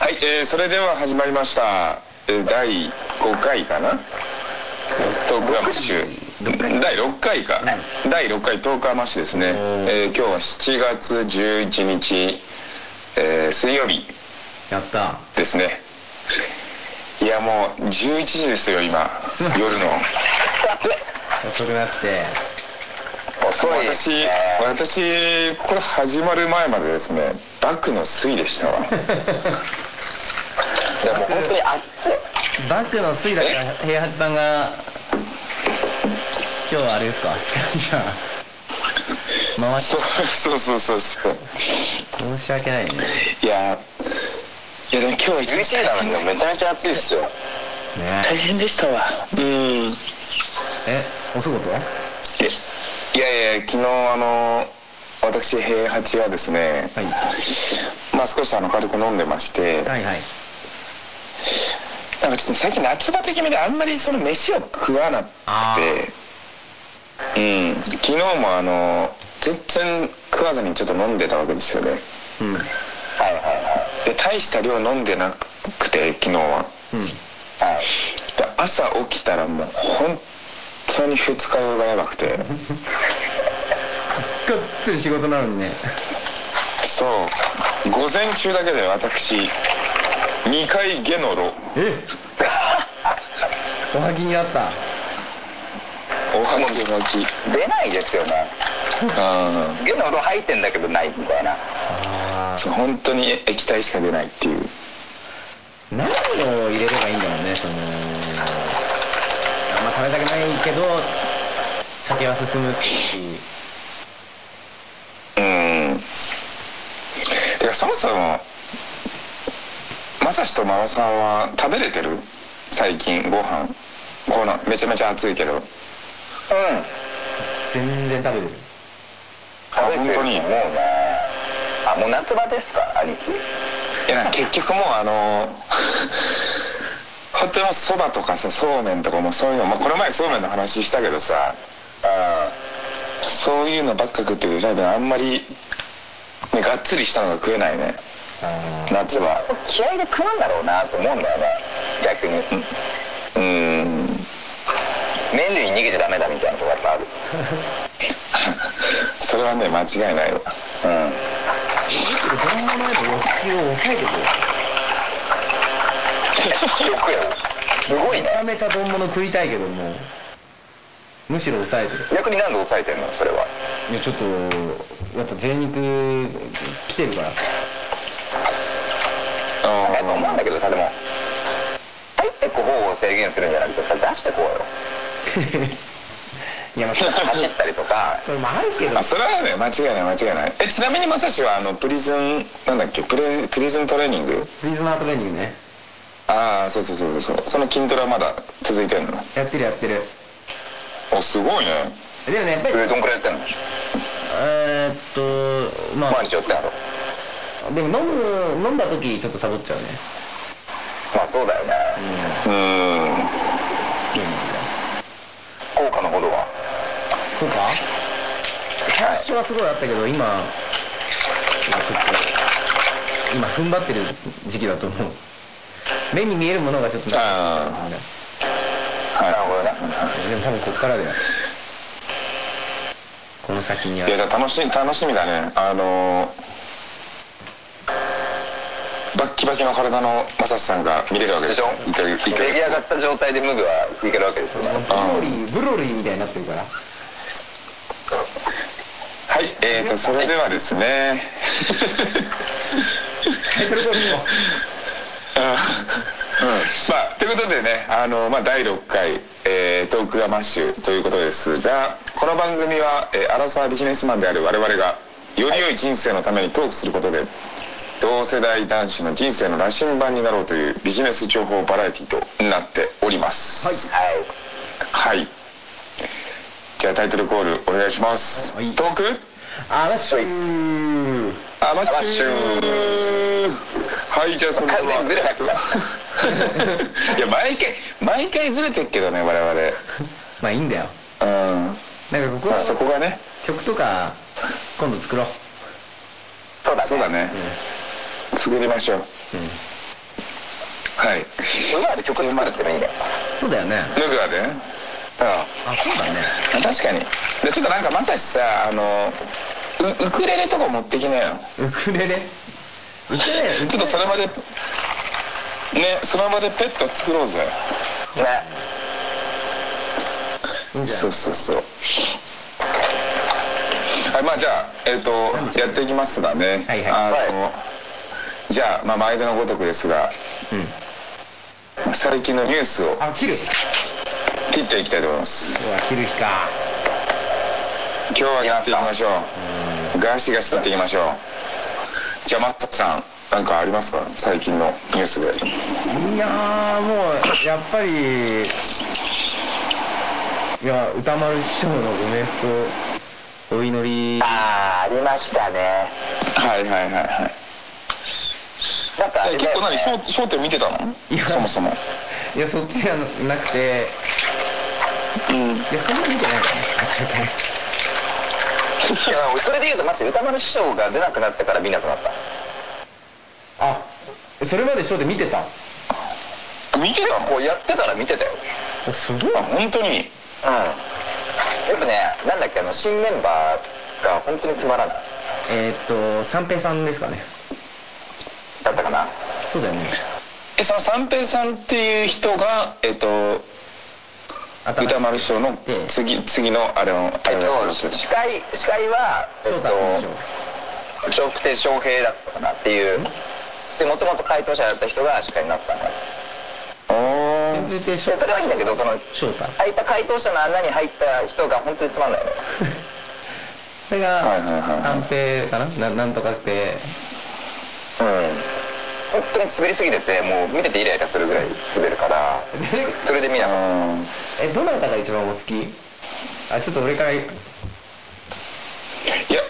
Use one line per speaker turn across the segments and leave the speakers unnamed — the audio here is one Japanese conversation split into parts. はい、えーそれでは始まりました、えー第5回かなトークアマッシュ第6回か第6回トークアマッシュですね、えー今日は7月11日、えー水曜日
やった
ですねいやもう11時ですよ今
すいません
夜の
遅くなって
遅い私私これ始まる前までですねバクの水でした わいやもう本当に暑い
バックの水だから平八さんが今日はあれ ですか司会者回し
そうそうそうそうそう
申し訳ないね
いやいやでも今日は一日なんかめちゃめちゃ暑いですよ
ね
大変でしたわうん
えお仕事
いやいや昨日あの私平八がですね
はい
まあ少しあの軽く飲んでまして
はいはい
なんかちょっと最近夏バテ気味であんまりその飯を食わなく
あ
てうん昨日もあの全然食わずにちょっと飲んでたわけですよね
うんうん
はいはいはいで大した量飲んでなくて昨日ははい、で朝起きたらもう本当に二日酔いがやばくて
がっつり仕事なのにね
そう午前中だけで私2回ゲノロ
えおはぎにあった
おはぎの巻き
出ないですよね
あ
ゲノロ入ってんだけどないみたいな
あ
あそう本当に液体しか出ないっていう
ー何を入れればいいんだろうねそのあんま食べたくないけど酒は進むっていう
うんてかそもそもまさしとママさんは食べれてる最近ご飯こうなめちゃめちゃ暑いけど
うん
全然食べてる
あ本当に
もうねあもう夏場ですか兄貴
いやなんか結局もうあの 本当にもうそばとかさそうめんとかもうそういうの、まあ、この前そうめんの話したけどさそういうのばっか食ってて多分あんまり、ね、がっつりしたのが食えないね
あ
夏は
気合で食うんだろうなと思うんだよね逆に
うーん
麺類逃げちゃダメだみたいなとこやっぱある
それはね間違いないわ
うん
ドラマのやつ欲求を抑えてくる
よくよすごい
めち
ね
ゃめちゃ丼物食いたいけどもむしろ抑えてる
逆に何で抑えてんのそれはい
やちょっとやっぱ贅肉来てるから
やっぱ
あ
思うんだけどさでも入ってく方を制限するんじゃなくてさ出してこうよ
いやまあそ
走ったりとか
それもあるけど
ーあそれはね間違いない間違いないえちなみにまさしはあのプリズンなんだっけプレプリズントレーニング
プリズナートレーニングね
ああそうそうそうそうその筋トレはまだ続いてんの
やってるやってる
おすごいね
でもねやっぱり
それどんくらいやってんの
えーっとま
毎
あ
日やってんやろ
でも飲む飲んだ時ちょっとサボっちゃうね
まあそうだよね
うーん
そうなんだよ
効果のほどは
そうか
は
最初はすごいあったけど今今ちょっと今踏ん張ってる時期だと思う目に見えるものがちょっとな
あ
あ
あ
れ
な
は
るほどね
でも多分こっからだよこの先に あ
いいや
る
じゃあ楽しみ楽しみだねあのーバッキバキの体のまさしさんが見れるわけでしょ一
で
回一
出
回
来上がった状態でムグはいけるわけですよね
ブロリーブロリーみたいになってるから
はいえー、とそれではですね
タイトルコールにも
まあということでねあの、まあ、第6回、えートークがマッシュということですがこの番組は、えー、アラサービジネスマンである我々がより良い人生のためにトークすることで同世代男子の人生の羅針盤になろうというビジネス情報バラエティとなっております
はい
はい、じゃあタイトルコールお願いします、
はい
トーク
あらしゅー
アマッ
マッ
シ
シ
ュ
ュ
はいじゃあそれでは
完全にずれた けど
いや毎回毎回ずれてるけどね我
まあいいんだよ
々うん
なんかここ
ま
は
あそこがね
曲とか今度作ろう
そうだね
そうだね作りましょうはい
裏で曲作るってのいいね
そうだよね
ルグアでね
あそうだね
うん確かにでちょっとなんかまさしさあのウウクレレとか持ってきなよ
ウクレレウクレレウクレレ
ちょっとそれまでねその場でペット作ろうぜ
ね
いいんじゃ
そうそうそうはいまあじゃあえっ、とやっていきますがね
はいはい
あの、じゃあ、まあ、毎度のごとくですが
ないうん
最近のニュースを
あ切る
切っていきたいと思います
今日は切る日か
今日はやっていきましょうガシガシやっていきましょうじゃあマッツさんなんかありますか最近のニュースで
いやーもうやっぱりいや歌丸師匠のご冥福をお祈り
ああありましたね
はいはいはいはい
なんかあれ
え
だ
結
よ
構何『
ね
笑笑点』見てたの
いや
そもそも
いやそっちじゃなくて
うん
いやそんな見てないかな
いや俺それで言うとマジ歌丸師匠が出なくなったから見なくなった
あそれまでショーで見てたあ
見てた
こ
の
うやってたら見てたよ
すごい
あ本当に
うんよくねなんだっけあの新メンバーが本当につまらない
えーっと三平さんですかね
だったかな
そうだよね
えその三平さんっていう人がえっ、と
頭
歌丸師匠の
うん
次次のあれのあ
え
れ
っ
の
と司会司会はえっ
翔太師匠
と笑福亭笑瓶だったかなっていうでもともと回答者だった人が司会になったんだ
おー
三平亭
で
翔
それはいいんだけどその
翔太
空いた回答者の穴に入った人が本当につまんないのよ
それ
はいはいはいは
が
い
三平かなななんとかって
本当に滑りすぎててもう見ててイライラするぐらい滑るから
で
それで見なかっ
うん
えどなたが一番お好きあちょっと俺から
いや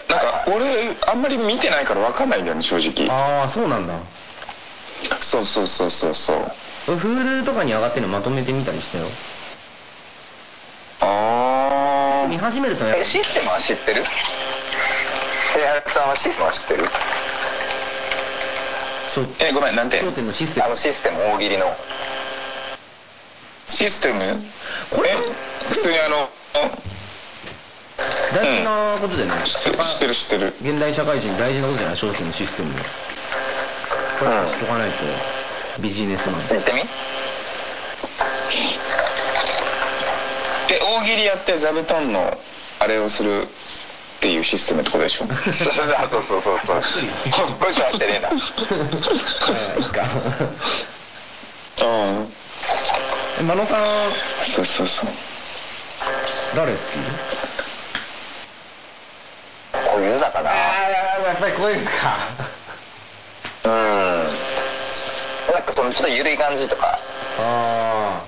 なんか俺あんまり見てないから分かんないんだよね正直
ああそうなんだ
そうそうそうそうそう
俺 Hulu とかに上がってるのまとめてみたりしたよ
あ
見始めると
た
ね
えシステムは知ってる平原さんはシステムは知ってる
ちょ
ーえごめんなんて
焦点のシステ
あ
ム
のシステム大喜利の
システム
これ
え普通にあの
大事なことだよね、
知って知ってる知ってる
現代社会人大事なことじゃない焦点のシステムこれは知っとかないとビジネスマン
言ってみ
え大喜利やって座布団のあれをするっていうシステムってことでしょ
そうそうそうそうそうこいつはってねえな
はいいいか
うん
え真野さん
そうそうそう
誰好き
こういうだかな
あやっぱりこうですか
うんなんかそのちょっと緩い感じとか
あ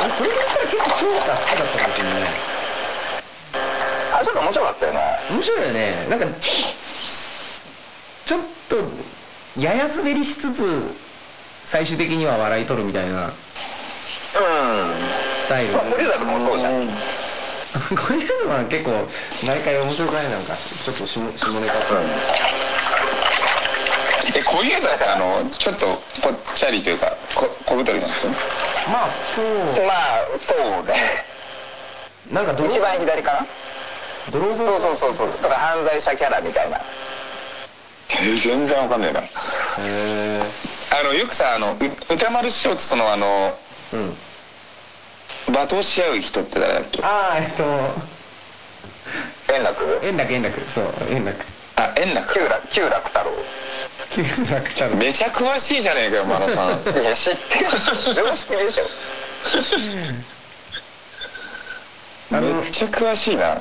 あそれだったら結構翔太好きだったかもしれない
あちょっと面白かったよね
面白いよねなんかちょっとやや滑りしつつ最終的には笑い取るみたいなスタイル
うんまあ森田とかもそうじゃん
ん
これは結構毎回面白くないなんかちょっと下下ネタと
え小遊三ってあのちょっとぽっちゃりというかこ小太りなんですよ
まあそ
まあそうね
うなんか泥
一番左かな
泥棒
そうそうそうそうとか犯罪者キャラみたいな
え全然わかんないな
へ
あのよくさあのう歌丸師匠とそのあの
えうん
罵倒し合う人って誰だっけ
ああえっと
円楽
円楽円楽そう円楽
あ円楽
九楽九楽太郎
急楽太郎
めちゃ詳しいじゃねえかよ真野さん
いや知ってる常識でしょ
あ
め
の
っちゃ詳しいな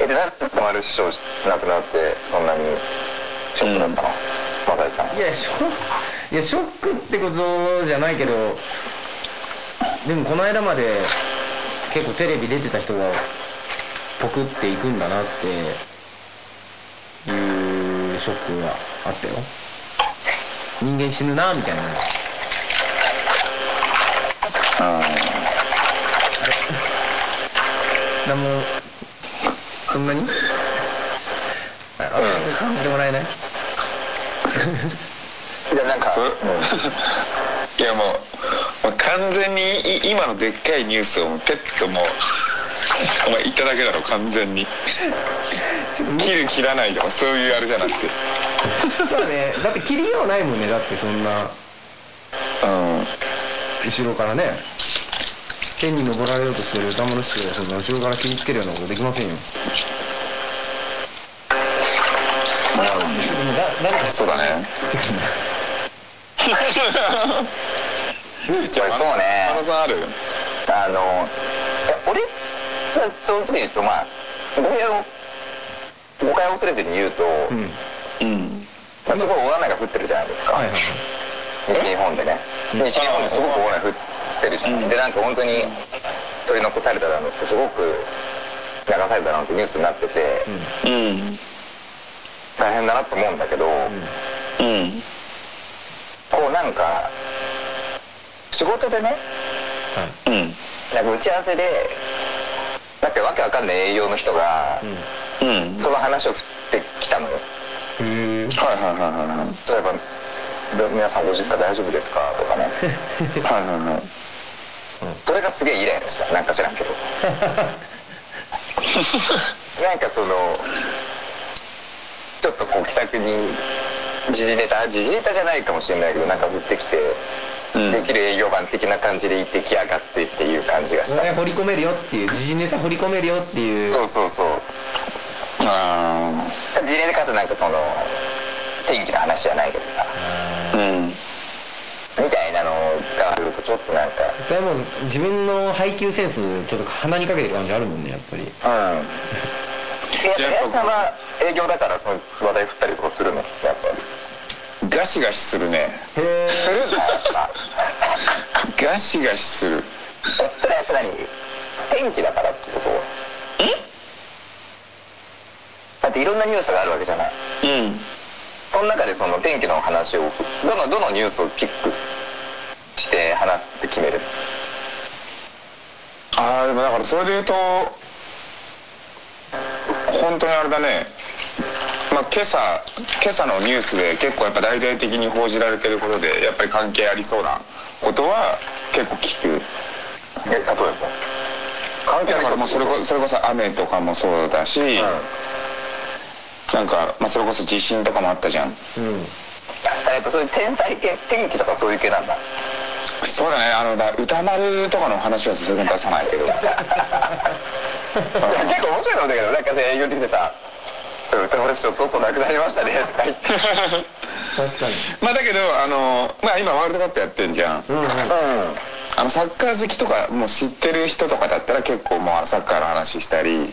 えでなんで丸師匠亡くなってそんなにショックだったのマサイさん
いやショックいやショックってことじゃないけどでもこの間まで結構テレビ出てた人がポクっていくんだなっていうショックがあったよ人間死ぬなみたいなあもうそんなにああ感じてもらえない
いやなんか
そ いやもうもう完全にい今のでっかいニュースをもうペッと もうお前言っただけだろ完全に切る切らないとかそういうあれじゃなくて
そうねだって切りようないもんねだってそんな
うん
後ろからね天に登られようとしてる歌丸師匠がそんな後ろから切りつけるようなことできませんよだ誰か
そうだね
そうね
原さんある
あのえ俺が正直言うとまあ誤解を誤解を恐れずに言うと、
うん
うん
まあ、すごい大雨が降ってるじゃないですか、
はいはいはい
西日本でね西日本ですごく大雨降ってるじゃん、でなんか本当に取り残されただのってすごく流されたなんてニュースになってて、
うん
大変だなと思うんだけど、
うん
こうなんか仕事でね
う
はい
ん
なんか打ち合わせでなんかわけわかんない営業の人が、
うん
その話を振ってきたのよ
へえ
はいはいはいはいはい
例えばど「皆さんご実家大丈夫ですか?」とかね
はいはいはい
それがすげえイライラしたなんか知らんけどなんかそのちょっとこう気さくに時事ネタ時事ネタじゃないかもしれないけどなんか振ってきて、
ん
できる営業マン的な感じで言ってきやがってっていう感じがした、
掘り込めるよっていう時事ネタ掘り込めるよっていう
そうそうそう
あ
時事ネタかとなんかその天気の話じゃないけどさ
あうん
みたいなのがあるとちょっとなんか
それはもう自分の配給センスちょっと鼻にかけてる感じあるもんねやっぱり
うん。
じゃあ
やっぱは営業だからその話題振ったりとかするのやっぱ
ガシガシするね
へえ
するんだやっぱ
ガシガシする
それはし何天気だからってことだっていろんなニュースがあるわけじゃない
うん
その中でその天気の話をどのどのニュースをピックして話すって決める
ああでもだからそれで言うと本当にあれだねまあ今朝今朝のニュースで結構やっぱ大々的に報じられてることでやっぱり関係ありそうなことは結構聞く
え例えば関係
だか
な
ら
い
もうそれこそれこそ雨とかもそうだし、なんか、まあ、それこそ地震とかもあったじゃん
やっぱそういう天才系天気とかそういう系なんだ
そうだねあのだ歌丸とかの話は全然出さないけど
結構面白いのだけどなんかね営業的でさ「そう歌丸師匠とうとうなくなりましたね」とか言って
確かに
まあだけどあの、まあ、今ワールドカップやってんじゃん
うんうん
うん
あのサッカー好きとかもう知ってる人とかだったら結構もうサッカーの話したり、やっ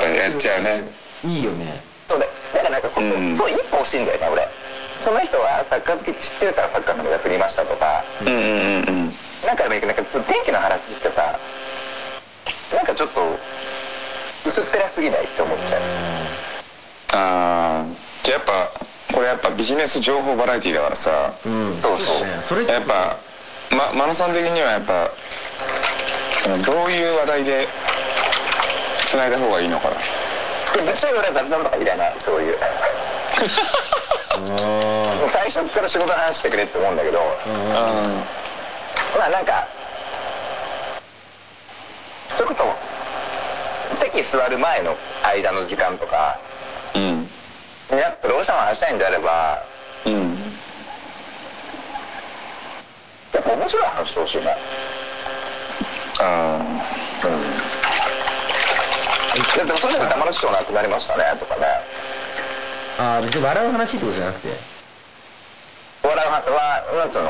ぱやっちゃうね
いいよね
そうだよだからなんかそ,、う
うん
そう一歩欲しいんだよね俺その人はサッカー好き知ってるからサッカーの方が振りましたとか、
うんうんうんうん
なんかでもいいけどなんかその天気の話ってさなんかちょっと薄っぺらすぎないって思っちゃう、
ああじゃあやっぱこれやっぱビジネス情報バラエティだからさ
うん
そうそう
ねそれ
やっぱ、ま、真野さん的にはやっぱそのどういう話題で繋いだ方がいいのかな
でぶっちゃけ俺は雑談とかいらないそういう
うん
もう最初から仕事の話してくれって思うんだけど、
うん
まあなんかそういうこと席座る前の間の時間とか
うん
やっぱどうしても話したいんであれば
うん
やっぱ面白い話してほしいな
あ
でもそれで歌丸師匠亡くなりましたねとかね
ああ別に笑う話ってことじゃなくて
笑うはわなんつうの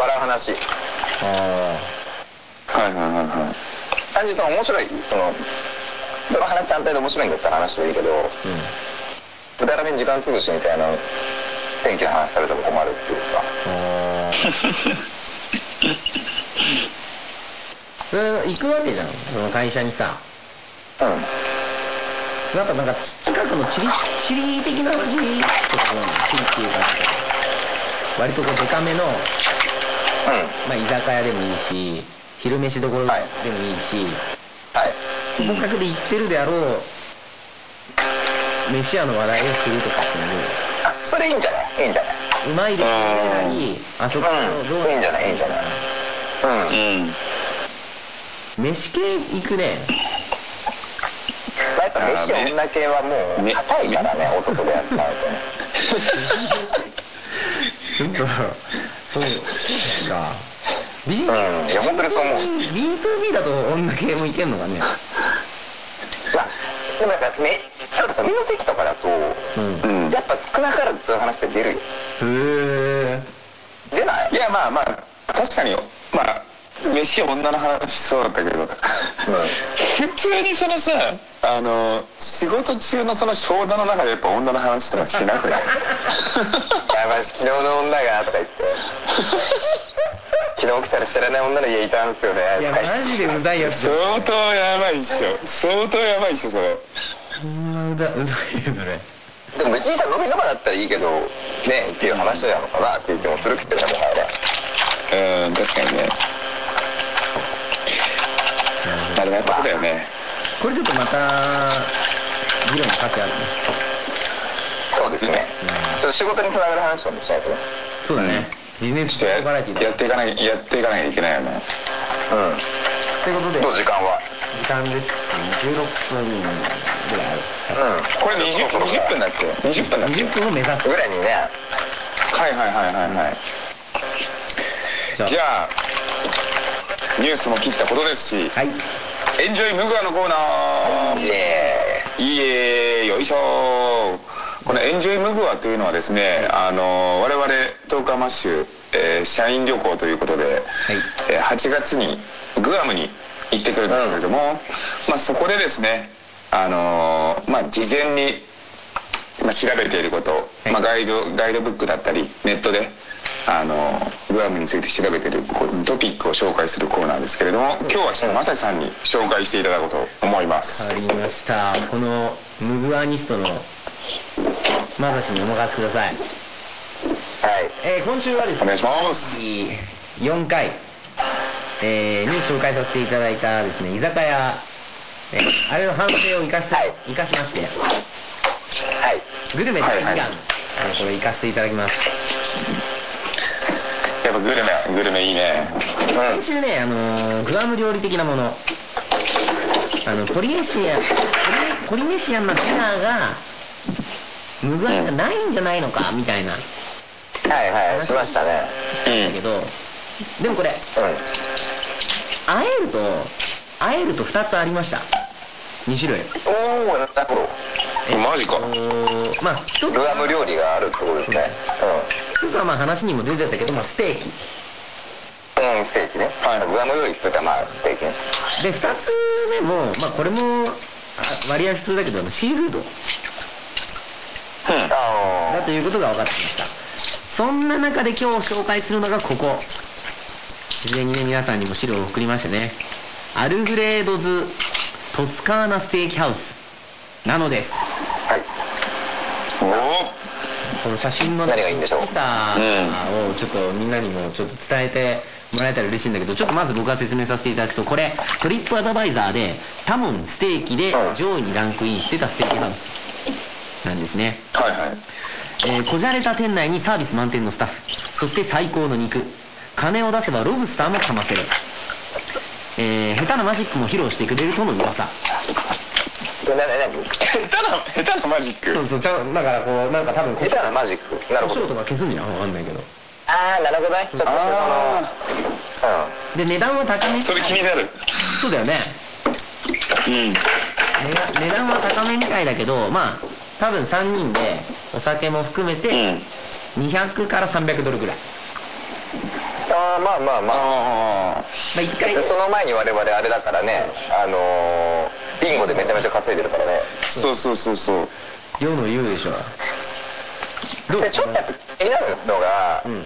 笑う話
あ
あはいはいはいはい
単純にその面白いそのその話単体で面白いんだったら話してもいいけど、くだらめに時間潰しみたいな天気の話されても困るっていうか
あああ それ行くわけじゃんその会社にさ
うん
やっぱなんか近くの地理地理的な話とか地理っていうか割とこうデカめの、
うん
まあ、居酒屋でもいいし昼飯どころでも
はい
いし、
はい
本格で行ってるであろう飯屋の話題をするとかっていうのも
あそれいいんじゃないいいんじゃないう
まいですねなりあそこのどう
うんいいんじゃないいいんじゃないうん
うん
飯系行くね
まあやっぱ飯女系はもう硬いからね男でやったらとね
なんかそうですかビジネ
うんいや本当にそう思う
B2B だと女系もいけんのかね
まあでもなんかねなんかさ美の席とかだと
うん
うん
やっぱ少なからずそういう話って出る
へ
よ
え
出ない
いやまあまあ確かにまあ飯は女の話しそうだったけど普通にそのさあの仕事中のその商談の中でやっぱ女の話とかしなく ない
やばい昨日の女がとか言って 昨日起きたら知らない女の家いたんですよね
いや
とか言って
マジでうざいやつだ
相当やばいっしょ相当やばいっしょそれ
ほんまうざうざいよそれ
でも別にさ飲みの場だったらいいけどねっていう話なのかなっていう気もするけどねもはやね
うん確かにねまあでもやっぱそうだよね
これちょっとまた議論の価値あるね
そうですねちょっと仕事につながる話をしないとね
そうだね、ビジネス
ちょっと
バラエティ
や
だ
やっていかなきゃやっていかなきゃいけないよね
ということ
う
で
んどう時間は
時間です16分ぐらいある
うん
これ 20, 20分だっけ20分だっけ
20分を目指す
ぐらいにね
はいはいはいはいはい
じゃ
じゃあニュースも切ったことですし
あはい
エンジョイムグアのコーナー
イエ
いえよいしょこのエンジョイムグアというのはですねあの我々トーカーマッシュ、えー社員旅行ということで、えー8月にグアムに行ってくるんですけれども、まあ、そこでですねあのーまあ事前にまあ調べていること、
い
まあ、ガイドガイドブックだったりネットであのグアムについて調べているこうトピックを紹介するコーナーですけれども今日はちょっとまさしさんに紹介していただこうと思います、
わかりましたこのムグアニストのまさしにお任せください、
ーはい
えー今週はです
お
ね
願いします
4回、えーに紹介させていただいたですね居酒屋、えーあれの反省を生かし,、
はい
生かしまして
はい
グルメ大事じゃん、
はいはい
えーこれ生かしていただきます
やっぱグルメグルメいいね
先週ね、あのーグアム料理的なものあのポリネシアポリポリネシアンなディナーがムグアニがないんじゃないのかみたいな
はいはいしましたね
したんだけど、でもこれ
う
あえるとあえると2つありました2種類
んおおなるほど
マジか
おーまあ一つ
グアム料理があるってことですね
一つはまあ話にも出てたけど、まあ、ステーキ
うん、うん、ステーキね、
はい
グアム料理って言ったらまあステーキにします
で2つ目も、まあ、これもあ割合普通だけどあのシーフード
あ
だということが分かってきましたそんな中で今日紹介するのがここ事前にね皆さんにも資料を送りましたねアルフレードズトスカーナステーキハウスなのです
あはい
おお
この写真の
何がいいんでしょう
美さをちょっとみんなにもちょっと伝えてもらえたら嬉しいんだけどちょっとまず僕が説明させていただくとこれトリップアドバイザーでタモンステーキで
うん
上位にランクインしてたステーキハウスなんですね、
はいはい
えーこじゃれた店内にサービス満点のスタッフそして最高の肉金を出せばロブスターもかませる、えー下手なマジックも披露してくれるとの噂
でななな
下手な下手なマジック
そうそうちゃんだからこうなんか多分こ
下手なマジックなる
お
ほ
仕
ど
事が消すんじゃんわかんないけど
ああなるほどねちょっと
あ
その
で値段は高め
それ気になる
そうだよね
うん
値が値段は高めみたいだけどまあ多分3人でお酒も含めて
うん
200から300ドルぐらい、ま
うんああまあまあまあ
ああ
あ、1回
でその前に我々あれだからねあのー、ビンゴでめちゃめちゃ稼いでるからね
そうそうそうそう
世の言うでしょどう
でちょっとやっぱ気になるのが、
うん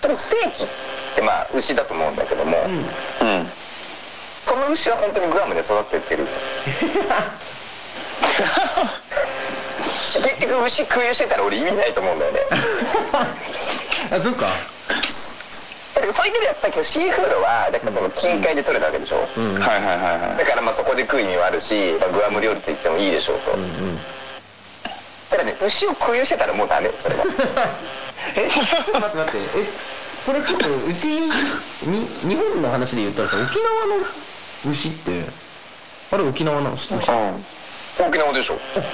そのステーキってまあ牛だと思うんだけども、
うん
うん
その牛は本当にグアムで育ってっ てる結局牛空輸してたら俺意味ないと思うんだよね
あそっか
だけどそういう意味でやっぱりシーフードはだからその近海で取れたわけでしょ、
うんうん
はいはいはいは
だからまあそこで食いにはあるし、まあ、グアム料理と言ってもいいでしょうと、
うん
だただね牛を固有してたらもうダメそれは
えちょっと待って待ってえこれちょっとうちに日本の話で言ったらさ沖縄の牛ってあれ沖縄の牛あそう
沖縄でしょ
なの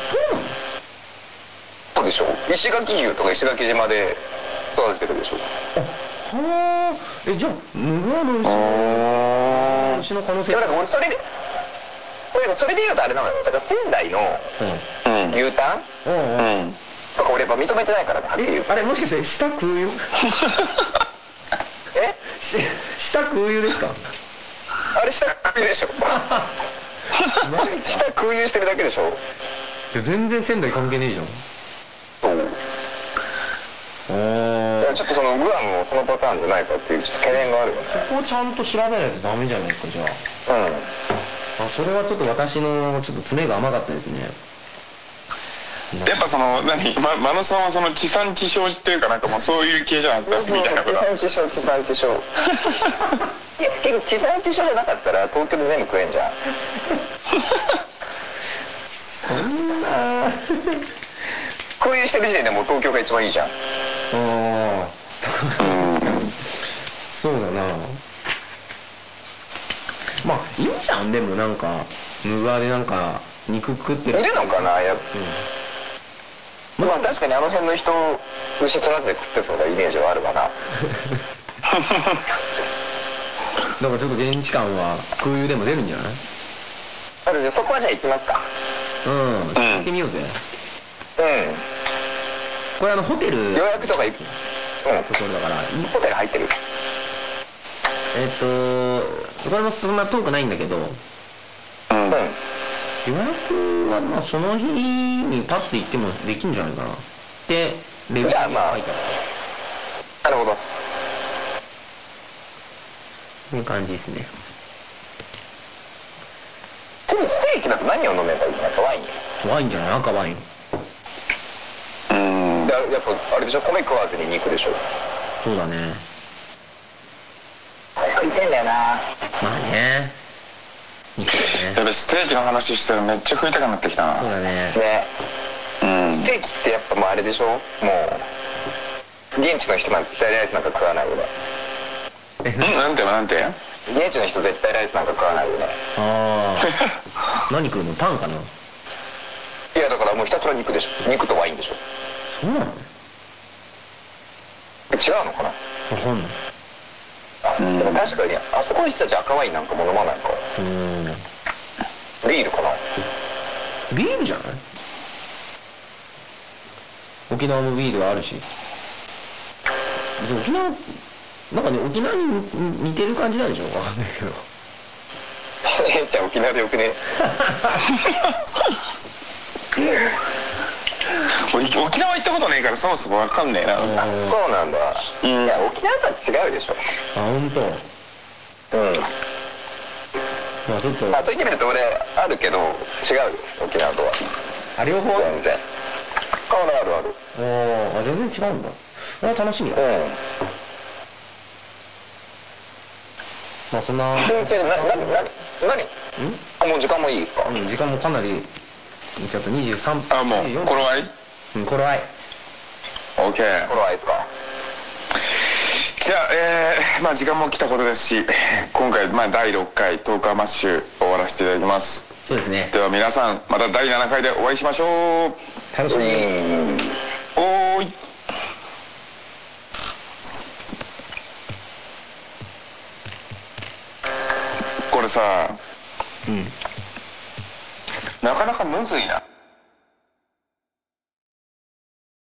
そうでしょ石垣牛とか石垣島で育ててるでしょ
はあえじゃあムグワの牛
うん
牛の可能性
でもなんか俺それで俺なんかそれで言うとあれなのよだから仙台の
う
うんうん
牛タン
んうん
うん
とか俺やっぱ認めてないからねはっきり言
え
う
あれもしかして下空 輸
え
し下空輸ですか
あれ下空輸でしょ
マジか
下空輸してるだけでしょ
いや全然仙台関係ねえじゃん
そう
お
だからちょっとそのグアムもそのパターンじゃないかっていうちょっと懸念があるよね
そこをちゃんと調べないとダメじゃないですかじゃ
うん
ああそれはちょっと私のちょっと爪が甘かったですね
やっぱその何ま真野さんはその地産地消っていうかなんかもうそういう系じゃないですか
そうそう
みたいなことは
地産地消地産地消いや結構地産地消じゃなかったら東京で全部食えんじゃん
そんなあ
こういうしてる時点でもう東京が一番いいじゃん
あそうだなまあいいじゃんでもなんか無駄でなんか肉食ってる
いるのかなやっ
うん
まあ確かにあの辺の人牛育てて食ってそうなイメージはあるわな
なんかちょっと現地感は空輸でも出るんじゃない
なのでそこはじゃあ行きますか
うん行ってみようぜ
う
これあのホテル
ん予約とかいうん
ところだからい
ホテル入ってる
えっとこれもそんな遠くないんだけど
うん
うん
うん
予約はまあその日にパッと行ってもできんじゃないかなってレベルに
じゃあまあ
書いてある
なるほど
っていう感じですね
次ステーキだと何を飲めばいいのやっぱワイン
ワインじゃない赤ワイ
う
ン
ん
でやっぱあれでしょ米食わずに肉でしょ
そうだね
食いてんだよな
まあね肉だね
やべステーキの話してるめっちゃ食いたくなってきた
そうだね
ね
なうん
ステーキってやっぱもうあれでしょもう現地の人なんて絶対ライスなんか食わないよね
うんなんてなんて
現地の人絶対ライスなんか食わないよね
あ あ何食うのパンかない
やだからもうひたすら肉でしょ肉とワインでしょ
そうなのわ
違うのかな
かんない
あでも確かにあそこの人たち赤ワインなんかも飲まないか
うん
らビールかな
ビールじゃない沖縄もビールはあるし別に沖縄なんかね沖縄に似似てる感じなんでしょわかんないけど
姉ちゃん沖縄でよくね
俺沖縄行ったことないからそもそもわかんねえな
あ
あそうなんだ
うん
いや沖縄とは違うでしょ
本当。
うん
まあちょっと
まあそう言ってみると俺あるけど違うよ沖縄とは
あ両方
全然あるあるある
おーあ全然違うんだあ楽しみだ
うん
まあそんな
えちょな、な、な、何
ん
あ、もう時間もいいですか
うん時間もかなりちょっと23分
あもう
24
これはい
うんこれはい
OK
これはいいですか
じゃあ、えーまあ時間も来たことですし今回、まあ、第6回トーカーマッシュ終わらせていただきます
そうですね
では皆さんまた第7回でお会いしましょう
楽しみに
おーいこれさ
うん
なかなかむずいな